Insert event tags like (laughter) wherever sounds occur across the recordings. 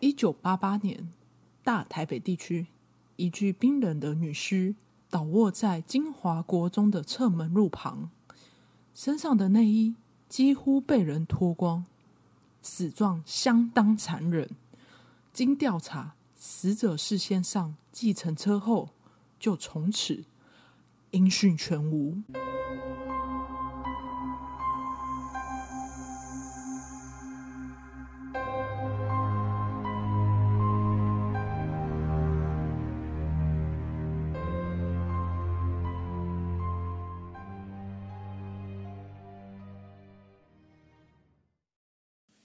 一九八八年，大台北地区一具冰冷的女尸倒卧在金华国中的侧门路旁，身上的内衣几乎被人脱光，死状相当残忍。经调查，死者是先上计程车后就从此音讯全无。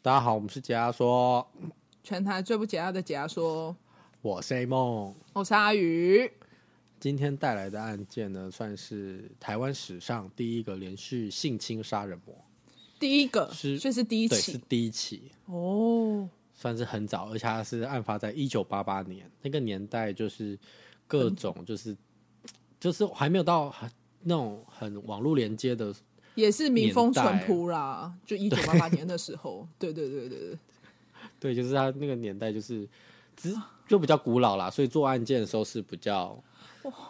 大家好，我们是解压说，全台最不解压的解压说我是 A 梦。：“我是阿宇。今天带来的案件呢，算是台湾史上第一个连续性侵杀人魔，”第一个，是这是第一对，是起第一起，哦，算是很早，而且它是案发在一九八八年，那个年代就是各嗯种就是、就是还没有到很那种很网络连接的，也是民风年代淳朴啦，就一九八八年的时候， (laughs) 对对对对对，对，就是它那个年代就是只就比较古老啦，所以做案件的时候是比较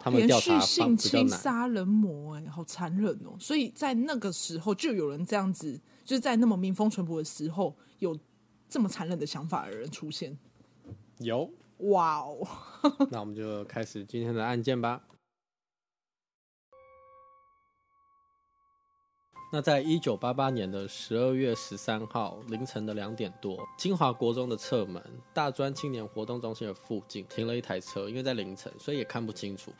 他们连调续查性方比较侵难。杀人魔、哎，好残忍哦！所以在那个时候，就有人这样子，就是在那么民风淳朴的时候，有这么残忍的想法的人出现。有，哇哦，那我们就开始今天的案件吧。那在一九八八年的十二月十三号凌晨的两点多，清华国中的侧门大专青年活动中心的附近停了一台车，因为在凌晨，所以也看不清楚。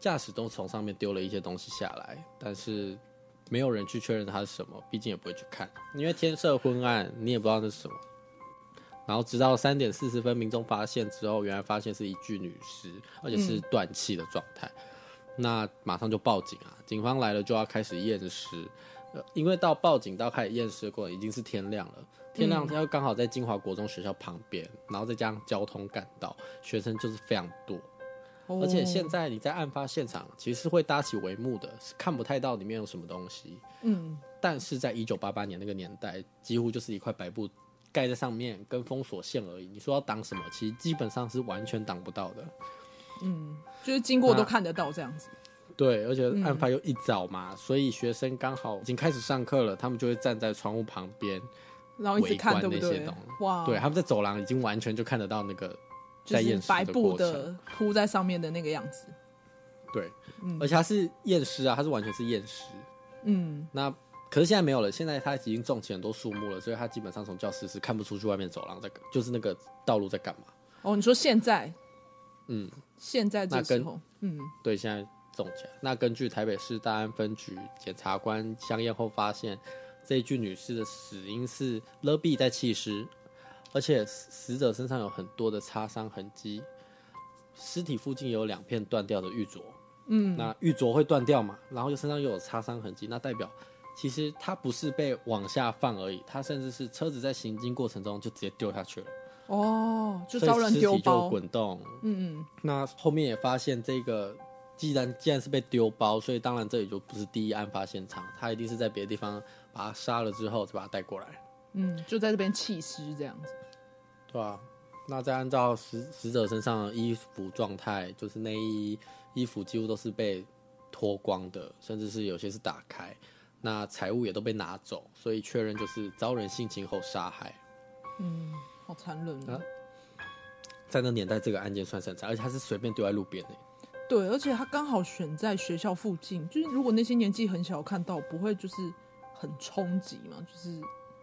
驾驶都从上面丢了一些东西下来，但是没有人去确认它是什么，毕竟也不会去看，因为天色昏暗，你也不知道那是什么。然后直到三点四十分，民众发现之后，原来发现是一具女尸，而且是断气的状态。那马上就报警啊！警方来了就要开始验尸，呃，因为到报警到开始验尸的过程已经是天亮了，天亮要刚好在金华国中学校旁边，然后再加上交通干道，学生就是非常多，哦而且现在你在案发现场其实是会搭起帷幕的，是看不太到里面有什么东西。嗯，但是在一九八八年那个年代，几乎就是一块白布盖在上面，跟封锁线而已。你说要挡什么，其实基本上是完全挡不到的。就是经过都那看得到这样子。对，而且案发又一早嘛，所以学生刚好已经开始上课了，他们就会站在窗户旁边，然后一直看，围对观不那对些东西？哇，对，他们在走廊已经完全就看得到那个就在是验尸白的布过的程。铺在上面的那个样子。对，而且他是验尸啊，他是完全是验尸。嗯，那可是现在没有了，现在他已经种起很多树木了，所以他基本上从教室是看不出去外面走廊在，就是那个道路在干嘛。哦，你说现在，嗯，现在这那跟时候，嗯，对，现在种起来。那根据台北市大安分局检察官相验后发现，这一具女尸的死因是勒毙在弃尸，而且死者身上有很多的擦伤痕迹，尸体附近有两片断掉的玉镯。嗯，那玉镯会断掉嘛？然后又身上又有擦伤痕迹，那代表其实它不是被往下放而已，它甚至是车子在行经过程中就直接丢下去了。哦，就所以遭人尸体丢就包，滚动。嗯嗯，那后面也发现这个，既然既然是被丢包，所以当然这里就不是第一案发现场，他一定是在别的地方把他杀了之后再把他带过来，嗯，就在这边弃尸这样子。对吧、那再按照死死者身上的衣服状态，就是内衣、衣服几乎都是被脱光的，甚至是有些是打开，那财物也都被拿走，所以确认就是遭人性侵后杀害。嗯，好残忍哦、啊在那年代，这个案件算是很惨，而且他是随便丢在路边的、对，而且他刚好选在学校附近，就是如果那些年纪很小看到，不会就是很冲击嘛，就是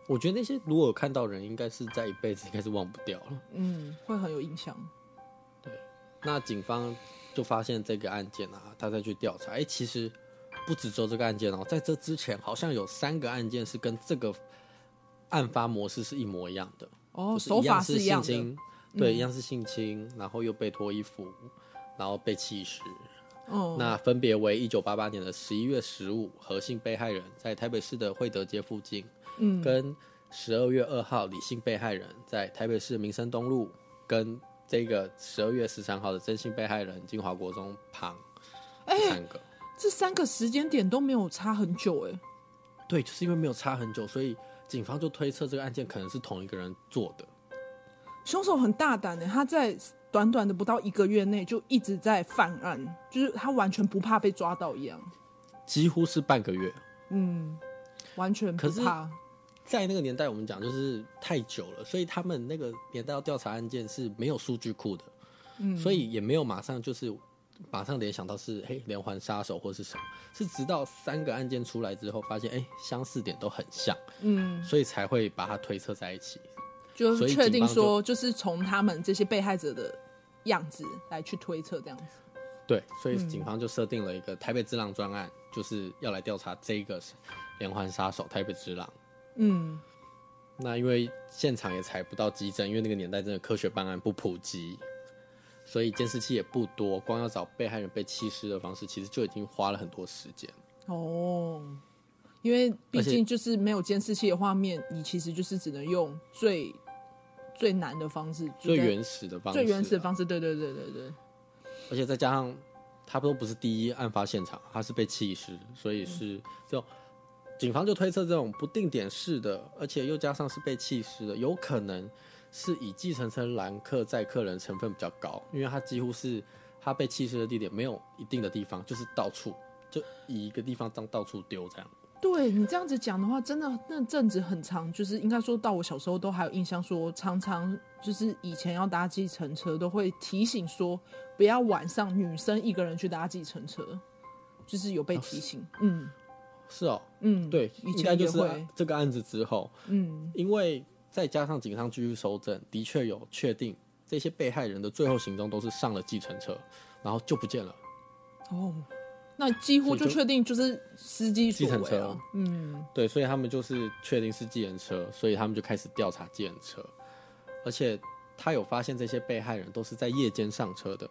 我觉得那些如果有看到人，应该是在一辈子应该是忘不掉了。嗯，会很有影响。那警方就发现这个案件啊，他再去调查，哎，其实不止只有这个案件哦，在这之前好像有三个案件是跟这个案发模式是一模一样的，哦，就是手一样法是一样性的，嗯侵，对，一样是性侵，然后又被脱衣服，然后被弃尸。嗯，那分别为一九八八年的十一月十五，何姓被害人在台北市的惠德街附近，嗯跟十二月二号李姓被害人在台北市民生东路，跟这个十二月十三号的曾姓被害人金华国中旁，哎这三个。这三个时间点都没有差很久哎、对，就是因为没有差很久，所以警方就推测这个案件可能是同一个人做的。凶手很大胆的、欸他在短短的不到一个月内就一直在犯案，就是他完全不怕被抓到一样，几乎是半个月。完全不可是怕。在那个年代，我们讲就是太久了，所以他们那个年代要调查案件是没有数据库的，嗯，所以也没有马上就是马上联想到是嘿连环杀手或是什么，是直到三个案件出来之后，发现哎、相似点都很像，嗯，所以才会把它推测在一起。就所是以确警定方就说，就是从他们这些被害者的样子来去推测这样子。对，所以嗯警方就设定了一个台北之狼专案，就是要来调查这个连环杀手台北之狼。嗯，那因为现场也采不到基证，因为那个年代真的科学办案不普及，所以监视器也不多，光要找被害人被弃尸的方式，其实就已经花了很多时间。哦，因为毕而且竟就是没有监视器的画面，你其实就是只能用最最难的方式，就最在原始的方式啊、最原始的方式。对对对对对，而且再加上他都不是第一案发现场，他是被弃尸，所以是这种警方就推测这种不定点式的，而且又加上是被弃尸的，有可能是以计程车揽客载客人成分比较高，因为他几乎是他被弃尸的地点没有一定的地方，就是到处就以一个地方当到处丢这样。对你这样子讲的话，真的那阵子很长，就是应该说到我小时候都还有印象说常常就是以前要搭计程车都会提醒说不要晚上女生一个人去搭计程车，就是有被提醒。嗯是哦，嗯，对，以应该前也就是会，这个案子之后，嗯因为再加上警方继续搜证，的确有确定这些被害人的最后行踪都是上了计程车，然后就不见了。哦，那几乎所以就就确定就是司机所计为程啊车。嗯对，所以他们就是确定是计程车，所以他们就开始调查计程车，而且他有发现这些被害人都是在夜间上车的，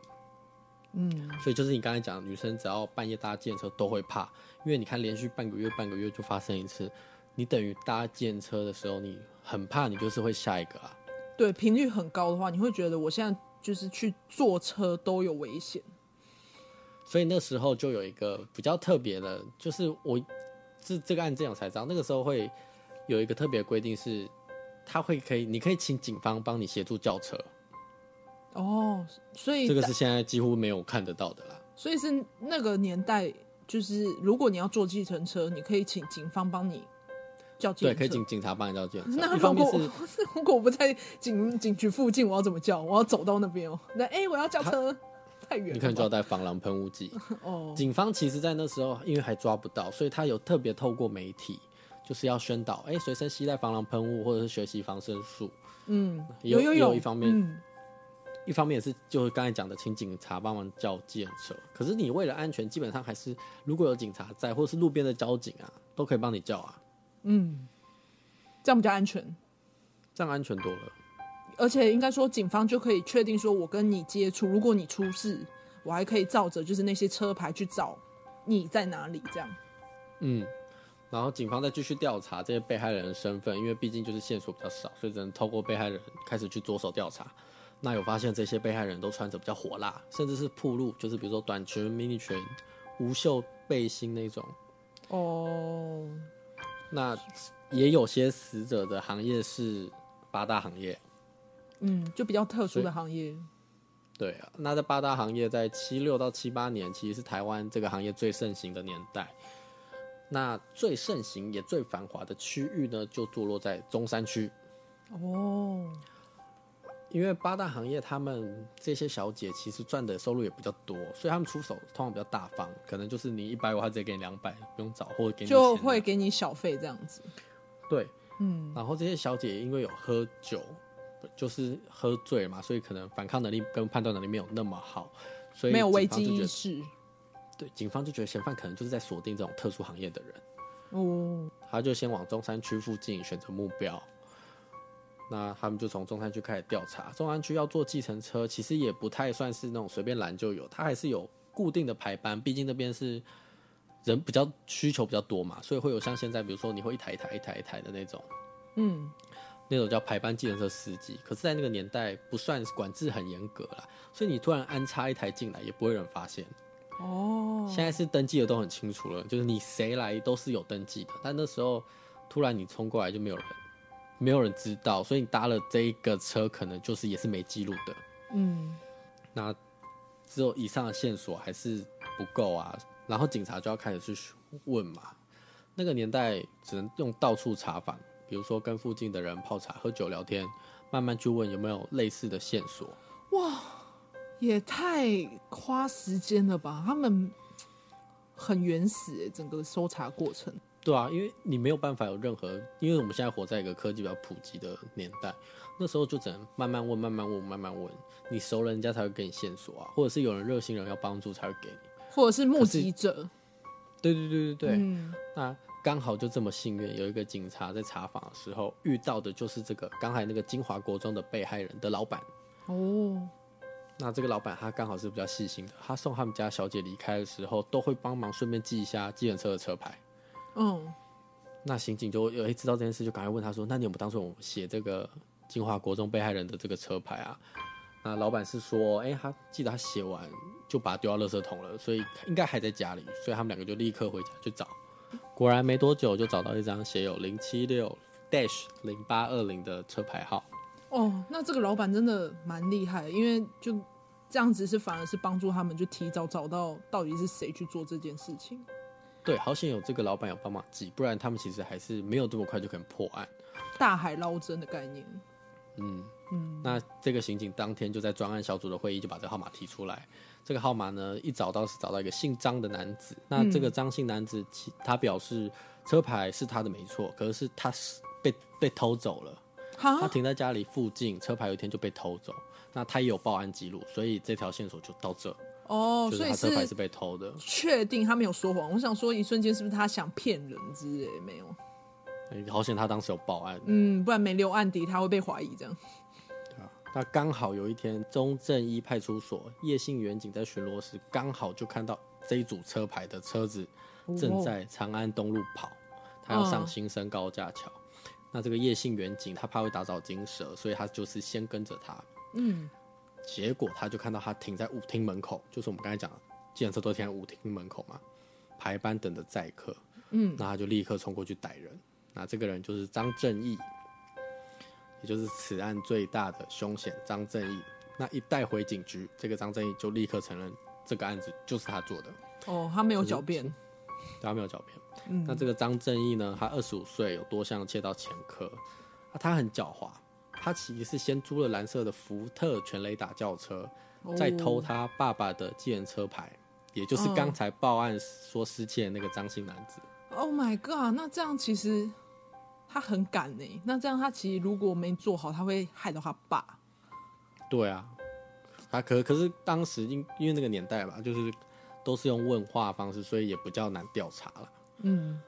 嗯，所以就是你刚才讲，女生只要半夜搭计程车都会怕，因为你看连续半个月半个月就发生一次，你等于搭计程车的时候，你很怕，你就是会下一个啊。对，频率很高的话，你会觉得我现在就是去坐车都有危险。所以那时候就有一个比较特别的，就是我这这个案件我才知道，那个时候会有一个特别规定是，他会可以，你可以请警方帮你协助叫车，哦，所以这个是现在几乎没有看得到的啦。所以是那个年代，就是如果你要坐计程车，你可以请警方帮你叫计程对，车。可以请警察帮你叫警车。那如一方面果是如果我 (laughs) 不在警警局附近，我要怎么叫？我要走到那边哦。那哎、我要叫车，太远了吧。你可能就要带防狼喷雾剂。哦，警方其实，在那时候因为还抓不到，所以他有特别透过媒体，就是要宣导，哎、随身携带防狼喷雾或者是学习防身术。嗯，也有有也有有一方面嗯，一方面也是就是刚才讲的，请警察帮忙叫计程车。可是你为了安全，基本上还是如果有警察在，或是路边的交警啊，都可以帮你叫啊，这样比较安全。这样安全多了。而且应该说，警方就可以确定说，我跟你接触，如果你出事，我还可以照着就是那些车牌去找你在哪里这样。嗯，然后警方再继续调查这些被害人的身份，因为毕竟就是线索比较少，所以只能透过被害人开始去着手调查。那有发现这些被害人都穿着比较火辣，甚至是暴露，就是比如说短裙、迷你裙、无袖背心那种。哦，那也有些死者的行业是八大行业，嗯，就比较特殊所的行业。对啊，那在八大行业，在七六到七八年，其实是台湾这个行业最盛行的年代。那最盛行也最繁华的区域呢，就坐落在中山区。哦，因为八大行业，他们这些小姐其实赚的收入也比较多，所以他们出手通常比较大方，可能就是你一百五，他直接给你两百，不用找，或者给你就钱啊会给你小费这样子。对，嗯，然后这些小姐因为有喝酒，就是喝醉嘛，所以可能反抗能力跟判断能力没有那么好，所以没有危警机方就觉意得识。对，警方就觉得嫌犯可能就是在锁定这种特殊行业的人，哦，他就先往中山区附近选择目标。那他们就从中山区开始调查，中山区要坐计程车，其实也不太算是那种随便拦就有，它还是有固定的排班，毕竟那边是人比较需求比较多嘛，所以会有像现在，比如说你会一台一台一台一台的那种，嗯，那种叫排班计程车司机。可是，在那个年代不算管制很严格啦，所以你突然安插一台进来，也不会有人发现。哦，现在是登记的都很清楚了，就是你谁来都是有登记的，但那时候突然你冲过来就没有人，没有人知道，所以你搭了这一个车，可能就是也是没记录的。嗯，那只有以上的线索还是不够啊，然后警察就要开始去问嘛。那个年代只能用到处查访，比如说跟附近的人泡茶、喝酒、聊天，慢慢去问有没有类似的线索。也太花时间了吧？他们很原始欸、整个搜查过程。对啊，因为你没有办法有任何，因为我们现在活在一个科技比较普及的年代，那时候就只能慢慢问、慢慢问、慢慢问，你熟人家才会给你线索啊，或者是有人热心人要帮助才会给你。或者是目可是击者，对对对对对，嗯，那刚好就这么幸运，有一个警察在查访的时候遇到的就是这个刚才那个金华国中的被害人的老板。哦，那这个老板他刚好是比较细心的，他送他们家小姐离开的时候，都会帮忙顺便记一下计程车的车牌。嗯，那刑警就有一知道这件事，就赶快问他说：“那你有没有当初我们写这个金华国中被害人的这个车牌啊？”那老板是说：“哎、他记得他写完就把它丢到垃圾桶了，所以应该还在家里。”所以他们两个就立刻回家去找，果然没多久就找到一张写有零七六 dash 零八二零的车牌号。哦，那这个老板真的蛮厉害的，因为就这样子是反而是帮助他们就提早找到到底是谁去做这件事情。对，好险有这个老板有帮忙记，不然他们其实还是没有这么快就肯破案。大海捞针的概念，嗯，那这个刑警当天就在专案小组的会议就把这个号码提出来。这个号码呢，一找到是找到一个姓张的男子。那嗯这个张姓男子，其他表示车牌是他的没错，可是他是被被偷走了。他哈，停在家里附近，车牌有一天就被偷走。那他也有报案记录，所以这条线索就到这，哦，就是所以他车牌是是被偷的。确定他没有说谎。我想说，一瞬间是不是他想骗人之类的？没有，哎好险他当时有报案。嗯，不然没留案底，他会被怀疑这样。那刚好有一天，中正一派出所叶姓远警在巡逻时，刚好就看到这一组车牌的车子哦正在长安东路跑，他要嗯上新生高架桥。那这个叶姓远警他怕会打扰金蛇，所以他就是先跟着他。嗯，结果他就看到他停在舞厅门口，就是我们刚才讲的，计程车都停在舞厅门口嘛，排班等着载客。嗯，那他就立刻冲过去逮人。那这个人就是张正义，也就是此案最大的凶险张正义。那一带回警局，这个张正义就立刻承认这个案子就是他做的，哦，他没有狡辩，他没有狡辩。那这个张正义呢，他二十五岁，有多项窃盗前科，啊他很狡猾。他其实是先租了蓝色的福特全雷达轿车，哦再偷他爸爸的计程车牌，也就是嗯刚才报案说失窃的那个张姓男子。 Oh my god！那这样其实他很敢呢、那这样他其实如果没做好，他会害到他爸。对啊，啊可可是当时因因为那个年代吧，就是都是用问话方式，所以也比较难调查了。嗯，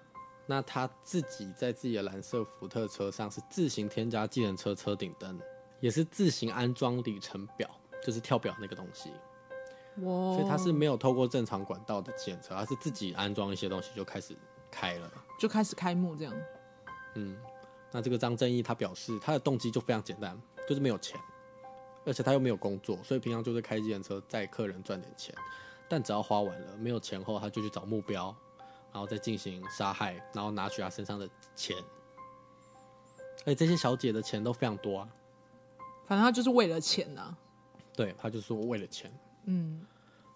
那他自己在自己的蓝色福特车上是自行添加计程车车顶灯，也是自行安装里程表，就是跳表那个东西，哇所以他是没有透过正常管道的计程车，他是自己安装一些东西就开始开了。就开始开幕这样。那这个张正义他表示，他的动机就非常简单，就是没有钱，而且他又没有工作，所以平常就是开计程车载客人赚点钱。但只要花完了，没有钱后，他就去找目标，然后再进行杀害，然后拿取他身上的钱。而且这些小姐的钱都非常多啊，反正他就是为了钱呐、对他就说为了钱，嗯，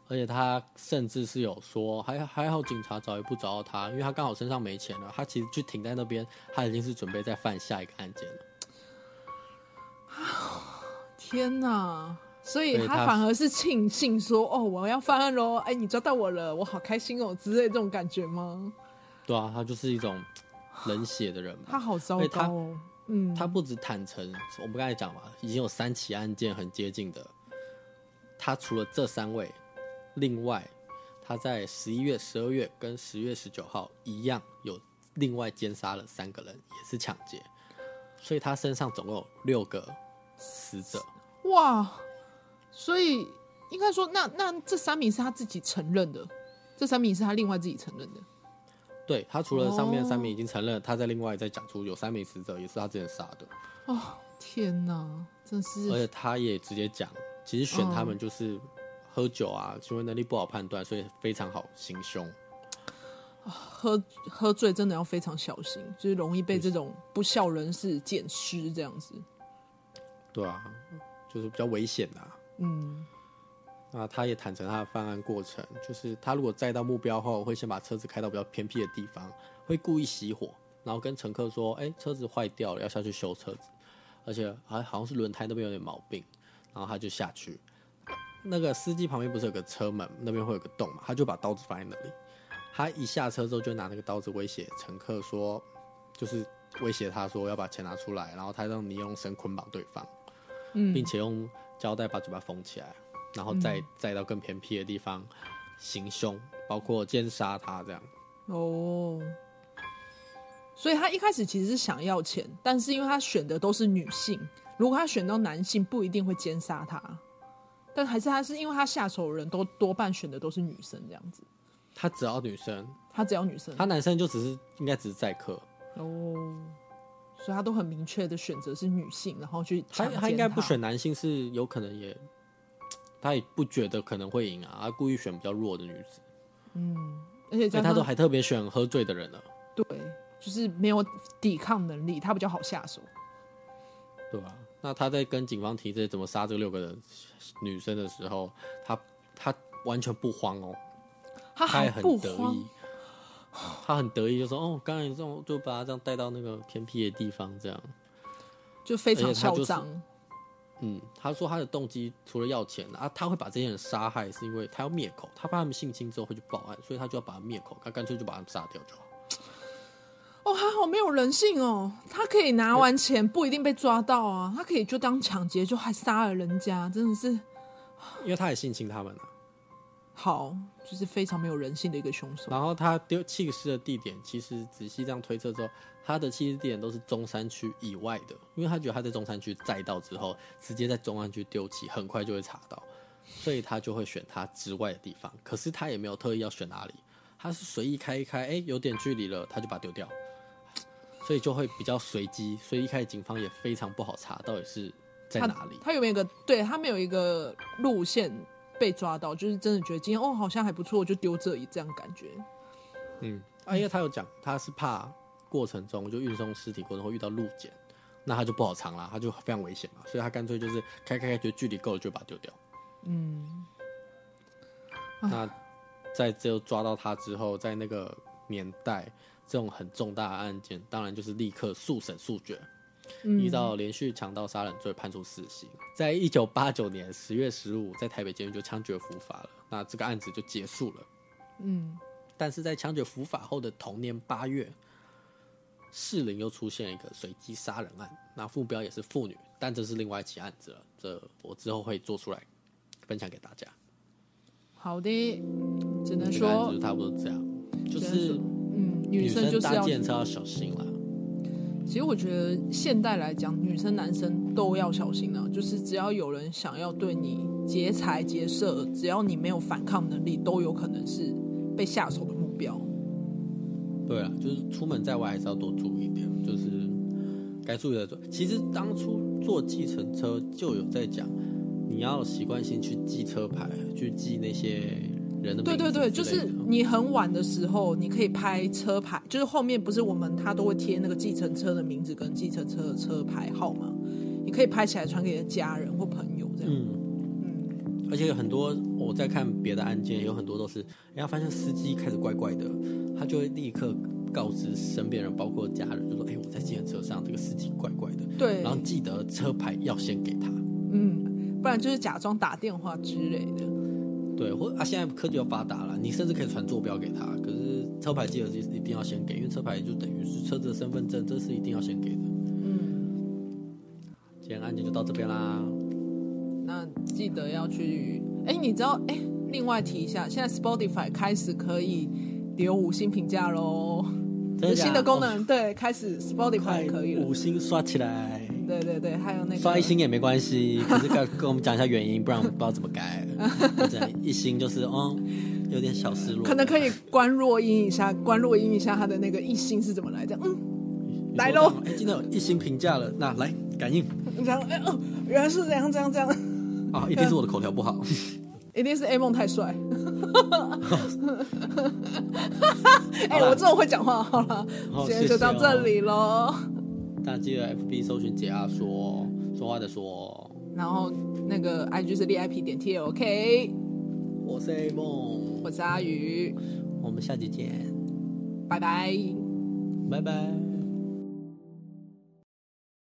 而且他甚至是有说，还还好警察早一步找到他，因为他刚好身上没钱了，他其实就停在那边，他已经是准备再犯下一个案件了。天哪！所以对他他反而是庆幸说：“哦，我要犯案喽！哎，你抓到我了，我好开心哦！”之类这种感觉吗？对啊，他就是一种冷血的人吧。他好糟对糕他哦。嗯，他不止坦诚，我们刚才讲嘛，已经有三起案件很接近的。他除了这三位，另外他在十一月、十二月跟十月十九号一样，有另外奸杀了三个人，也是抢劫，所以他身上总共有六个死者。哇，所以应该说，那那这三名是他自己承认的，这三名是他另外自己承认的。对他除了上面哦三名已经承认，他在另外再讲出有三名死者也是他之前杀的。天哪，真是而且他也直接讲，其实选他们就是喝酒啊，行为能力不好判断，所以非常好行凶。喝喝醉真的要非常小心，就是容易被这种不孝人士捡尸这样子。对啊，就是比较危险的、啊。嗯，那他也坦诚他的犯案过程，就是他如果载到目标后，会先把车子开到比较偏僻的地方，会故意熄火，然后跟乘客说：“哎、车子坏掉了，要下去修车子。”而且还好像是轮胎那边有点毛病，然后他就下去。那个司机旁边不是有个车门，那边会有个洞嘛，他就把刀子放在那里。他一下车之后就拿那个刀子威胁乘客说，就是威胁他说要把钱拿出来，然后他用尼龙绳捆绑对方，嗯并且用胶带把嘴巴封起来，然后再再到更偏僻的地方行凶，包括奸杀他这样。哦，所以他一开始其实是想要钱，但是因为他选的都是女性，如果他选到男性，不一定会奸杀他。但还是他是因为他下手的人都多半选的都是女生这样子，他只要女生，他只要女生他男生就只是应该只是载客，哦，所以他都很明确的选择是女性，然后去他强奸他应该不选男性是有可能也，他也不觉得可能会赢啊，他故意选比较弱的女子，而且所加以他上都还特别选喝醉的人了，对，就是没有抵抗能力，他比较好下手。对吧、那他在跟警方提这怎么杀这六个人女生的时候，他他完全不慌哦，他他还也很不得慌意， (sighs) 他很得意就说哦，刚才这种就把他这样带到那个偏僻的地方这样。就非常而且他嚣就是张。嗯，他说他的动机除了要钱啊，他会把这些人杀害，是因为他要灭口，他怕他们性侵之后会去报案，所以他就要把他灭口，他干脆就把他们杀掉就好。哦，他好没有人性哦！他可以拿完钱不一定被抓到啊，他可以就当抢劫，就还杀了人家，真的是因为他也性侵他们啊。好，就是非常没有人性的一个凶手。然后他丢弃尸的地点，其实仔细这样推测之后，他的弃尸地点都是中山区以外的，因为他觉得他在中山区载到之后，直接在中山区丢弃，很快就会查到，所以他就会选他之外的地方。可是他也没有特意要选哪里，他是随意开一开，哎，有点距离了，他就把它丢掉，所以就会比较随机，所以一开始警方也非常不好查到底是在他哪里。他有没有一个对他没有一个路线被抓到，就是真的觉得今天哦好像还不错，就丢这里这样感觉。嗯，啊，因为他有讲，他是怕过程中就运送尸体过程会遇到路检，那他就不好藏啦，他就非常危险嘛，所以他干脆就是开开开，觉得距离够了就把它丢掉。嗯，那在就抓到他之后，在那个年代，这种很重大的案件，当然就是立刻速审速决。依照连续强盗杀人罪判处死刑，在一九八九年十月十五，在台北监狱就枪决伏法了。那这个案子就结束了。但是在枪决伏法后的同年八月，士林又出现一个随机杀人案，那副标也是妇女，但这是另外一起案子了，这我之后会做出来分享给大家。好的，只能这个案说子就差不多这样，就只能是说嗯，女女生就是搭要建车要小心啦。其实我觉得现代来讲，女生男生都要小心啊。就是只要有人想要对你劫财劫色，只要你没有反抗能力，都有可能是被下手的目标。对啊，就是出门在外还是要多注意一点，就是该注意的做。其实当初坐计程车就有在讲，你要习惯性去记车牌，去记那些人的名字对对对，就之类是的你很晚的时候，你可以拍车牌，就是后面不是我们他都会贴那个计程车的名字跟计程车的车牌号码，你可以拍起来传给你的家人或朋友这样。嗯，而且有很多我在看别的案件，有很多都是，人家发现司机开始怪怪的，他就会立刻告知身边人，包括家人，就说：“哎、我在计程车上，这个司机怪怪的。”对然，后记得车牌要先给他。嗯，不然就是假装打电话之类的。对，或啊，现在科技又发达了，你甚至可以传坐标给他，可是车牌记得是一定要先给，因为车牌就等于是车子的身份证，这是一定要先给的。嗯，今天案件就到这边啦。那记得要去。哎、你知道？哎、另外提一下，现在 Spotify 开始可以留五星评价喽，有真的假新的的功哦能，对，开始 Spotify 快可以了五。星刷起来。对对对，还有那个刷一星也没关系，可是跟跟我们讲一下原因，不然我们不知道怎么改。我只能一星就是哦，有点小失落。可能可以关弱音一下，关弱音一下它的那个一星是怎么来的？嗯，你说来咯哎，今天有一星评价了，那来感应然后哎哦，原来是这样这样这样，啊，一定是我的口条不好。 (laughs) 一定是 A 梦太帅。 (laughs) 哎、好啦哎我这种会讲话，好了，好今天就到谢谢哦这里喽。大家记得 FB 搜寻解压说说话的说，然后那个 IG 是 lip 点 t l k，我是 A 梦，我是阿鱼，我们下集见，拜拜。拜拜。